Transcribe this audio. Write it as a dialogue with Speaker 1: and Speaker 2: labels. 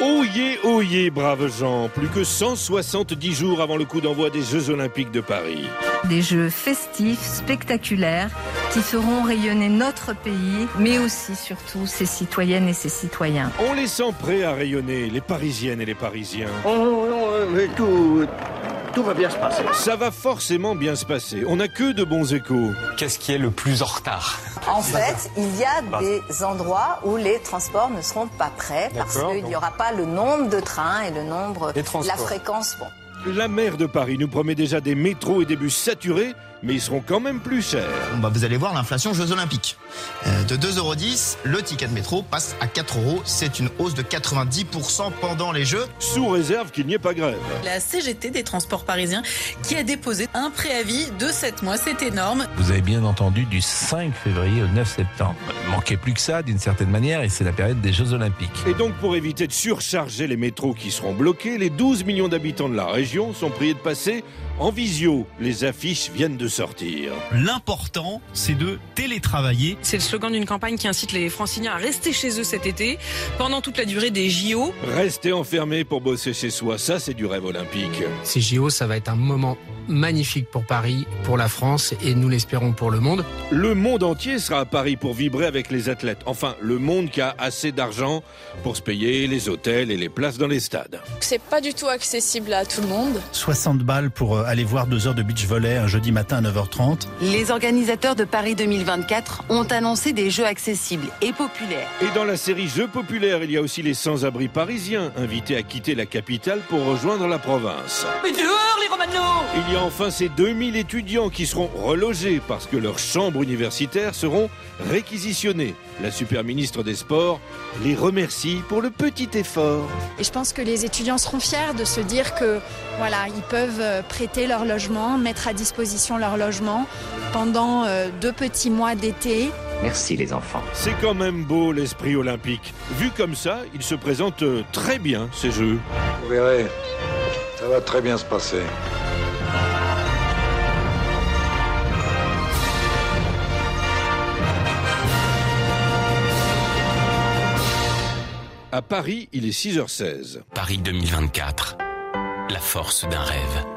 Speaker 1: Oyez, oyez, braves gens, plus que 170 jours avant le coup d'envoi des Jeux Olympiques de Paris.
Speaker 2: Des jeux festifs, spectaculaires, qui feront rayonner notre pays, mais aussi surtout ses citoyennes et ses citoyens.
Speaker 1: On les sent prêts à rayonner, les Parisiennes et les Parisiens.
Speaker 3: Oh non, euh, mais tout, tout va bien se passer.
Speaker 1: Ça va forcément bien se passer, on n'a que de bons échos.
Speaker 4: Qu'est-ce qui est le plus en retard
Speaker 5: En fait, il y a des endroits où les transports ne seront pas prêts parce
Speaker 4: D'accord,
Speaker 5: qu'il n'y
Speaker 4: donc.
Speaker 5: aura pas le nombre de trains et le nombre,
Speaker 4: Les transports.
Speaker 5: la fréquence. Bon.
Speaker 1: La maire de Paris nous promet déjà des métros et des bus saturés, mais ils seront quand même plus chers.
Speaker 6: Bon, bah, vous allez voir l'inflation Jeux Olympiques. Euh, de 2,10€, le ticket de métro passe à 4€. C'est une hausse de 90% pendant les Jeux.
Speaker 1: Sous réserve qu'il n'y ait pas grève.
Speaker 7: La CGT des transports parisiens qui a déposé un préavis de 7 mois. C'est énorme.
Speaker 8: Vous avez bien entendu du 5 février au 9 septembre. Il manquait plus que ça d'une certaine manière et c'est la période des Jeux Olympiques.
Speaker 1: Et donc, pour éviter de surcharger les métros qui seront bloqués, les 12 millions d'habitants de la région sont priés de passer en visio. Les affiches viennent de sortir.
Speaker 9: L'important, c'est de télétravailler.
Speaker 7: C'est le slogan d'une campagne qui incite les franciliens à rester chez eux cet été pendant toute la durée des JO.
Speaker 1: Rester enfermé pour bosser chez soi, ça c'est du rêve olympique.
Speaker 10: Ces JO, ça va être un moment magnifique pour Paris, pour la France et nous l'espérons pour le monde.
Speaker 1: Le monde entier sera à Paris pour vibrer avec les athlètes. Enfin, le monde qui a assez d'argent pour se payer les hôtels et les places dans les stades.
Speaker 11: C'est pas du tout accessible à tout le monde.
Speaker 9: 60 balles pour euh, aller voir 2 heures de beach volley un jeudi matin à 9h30.
Speaker 12: Les organisateurs de Paris 2024 ont annoncé des jeux accessibles et populaires.
Speaker 1: Et dans la série Jeux populaires, il y a aussi les sans-abri parisiens, invités à quitter la capitale pour rejoindre la province.
Speaker 7: Mais dehors les Romano
Speaker 1: Il y a enfin ces 2000 étudiants qui seront relogés parce que leurs chambres universitaires seront réquisitionnées. La super ministre des Sports les remercie pour le petit effort.
Speaker 11: Et je pense que les étudiants seront fiers de se dire que voilà, ils peuvent euh, prêter leur logement, mettre à disposition leur logement pendant euh, deux petits mois d'été.
Speaker 3: Merci les enfants.
Speaker 1: C'est quand même beau l'esprit olympique. Vu comme ça, ils se présentent euh, très bien ces Jeux.
Speaker 13: Vous verrez, ça va très bien se passer.
Speaker 1: À Paris, il est 6h16.
Speaker 4: Paris 2024. La force d'un rêve.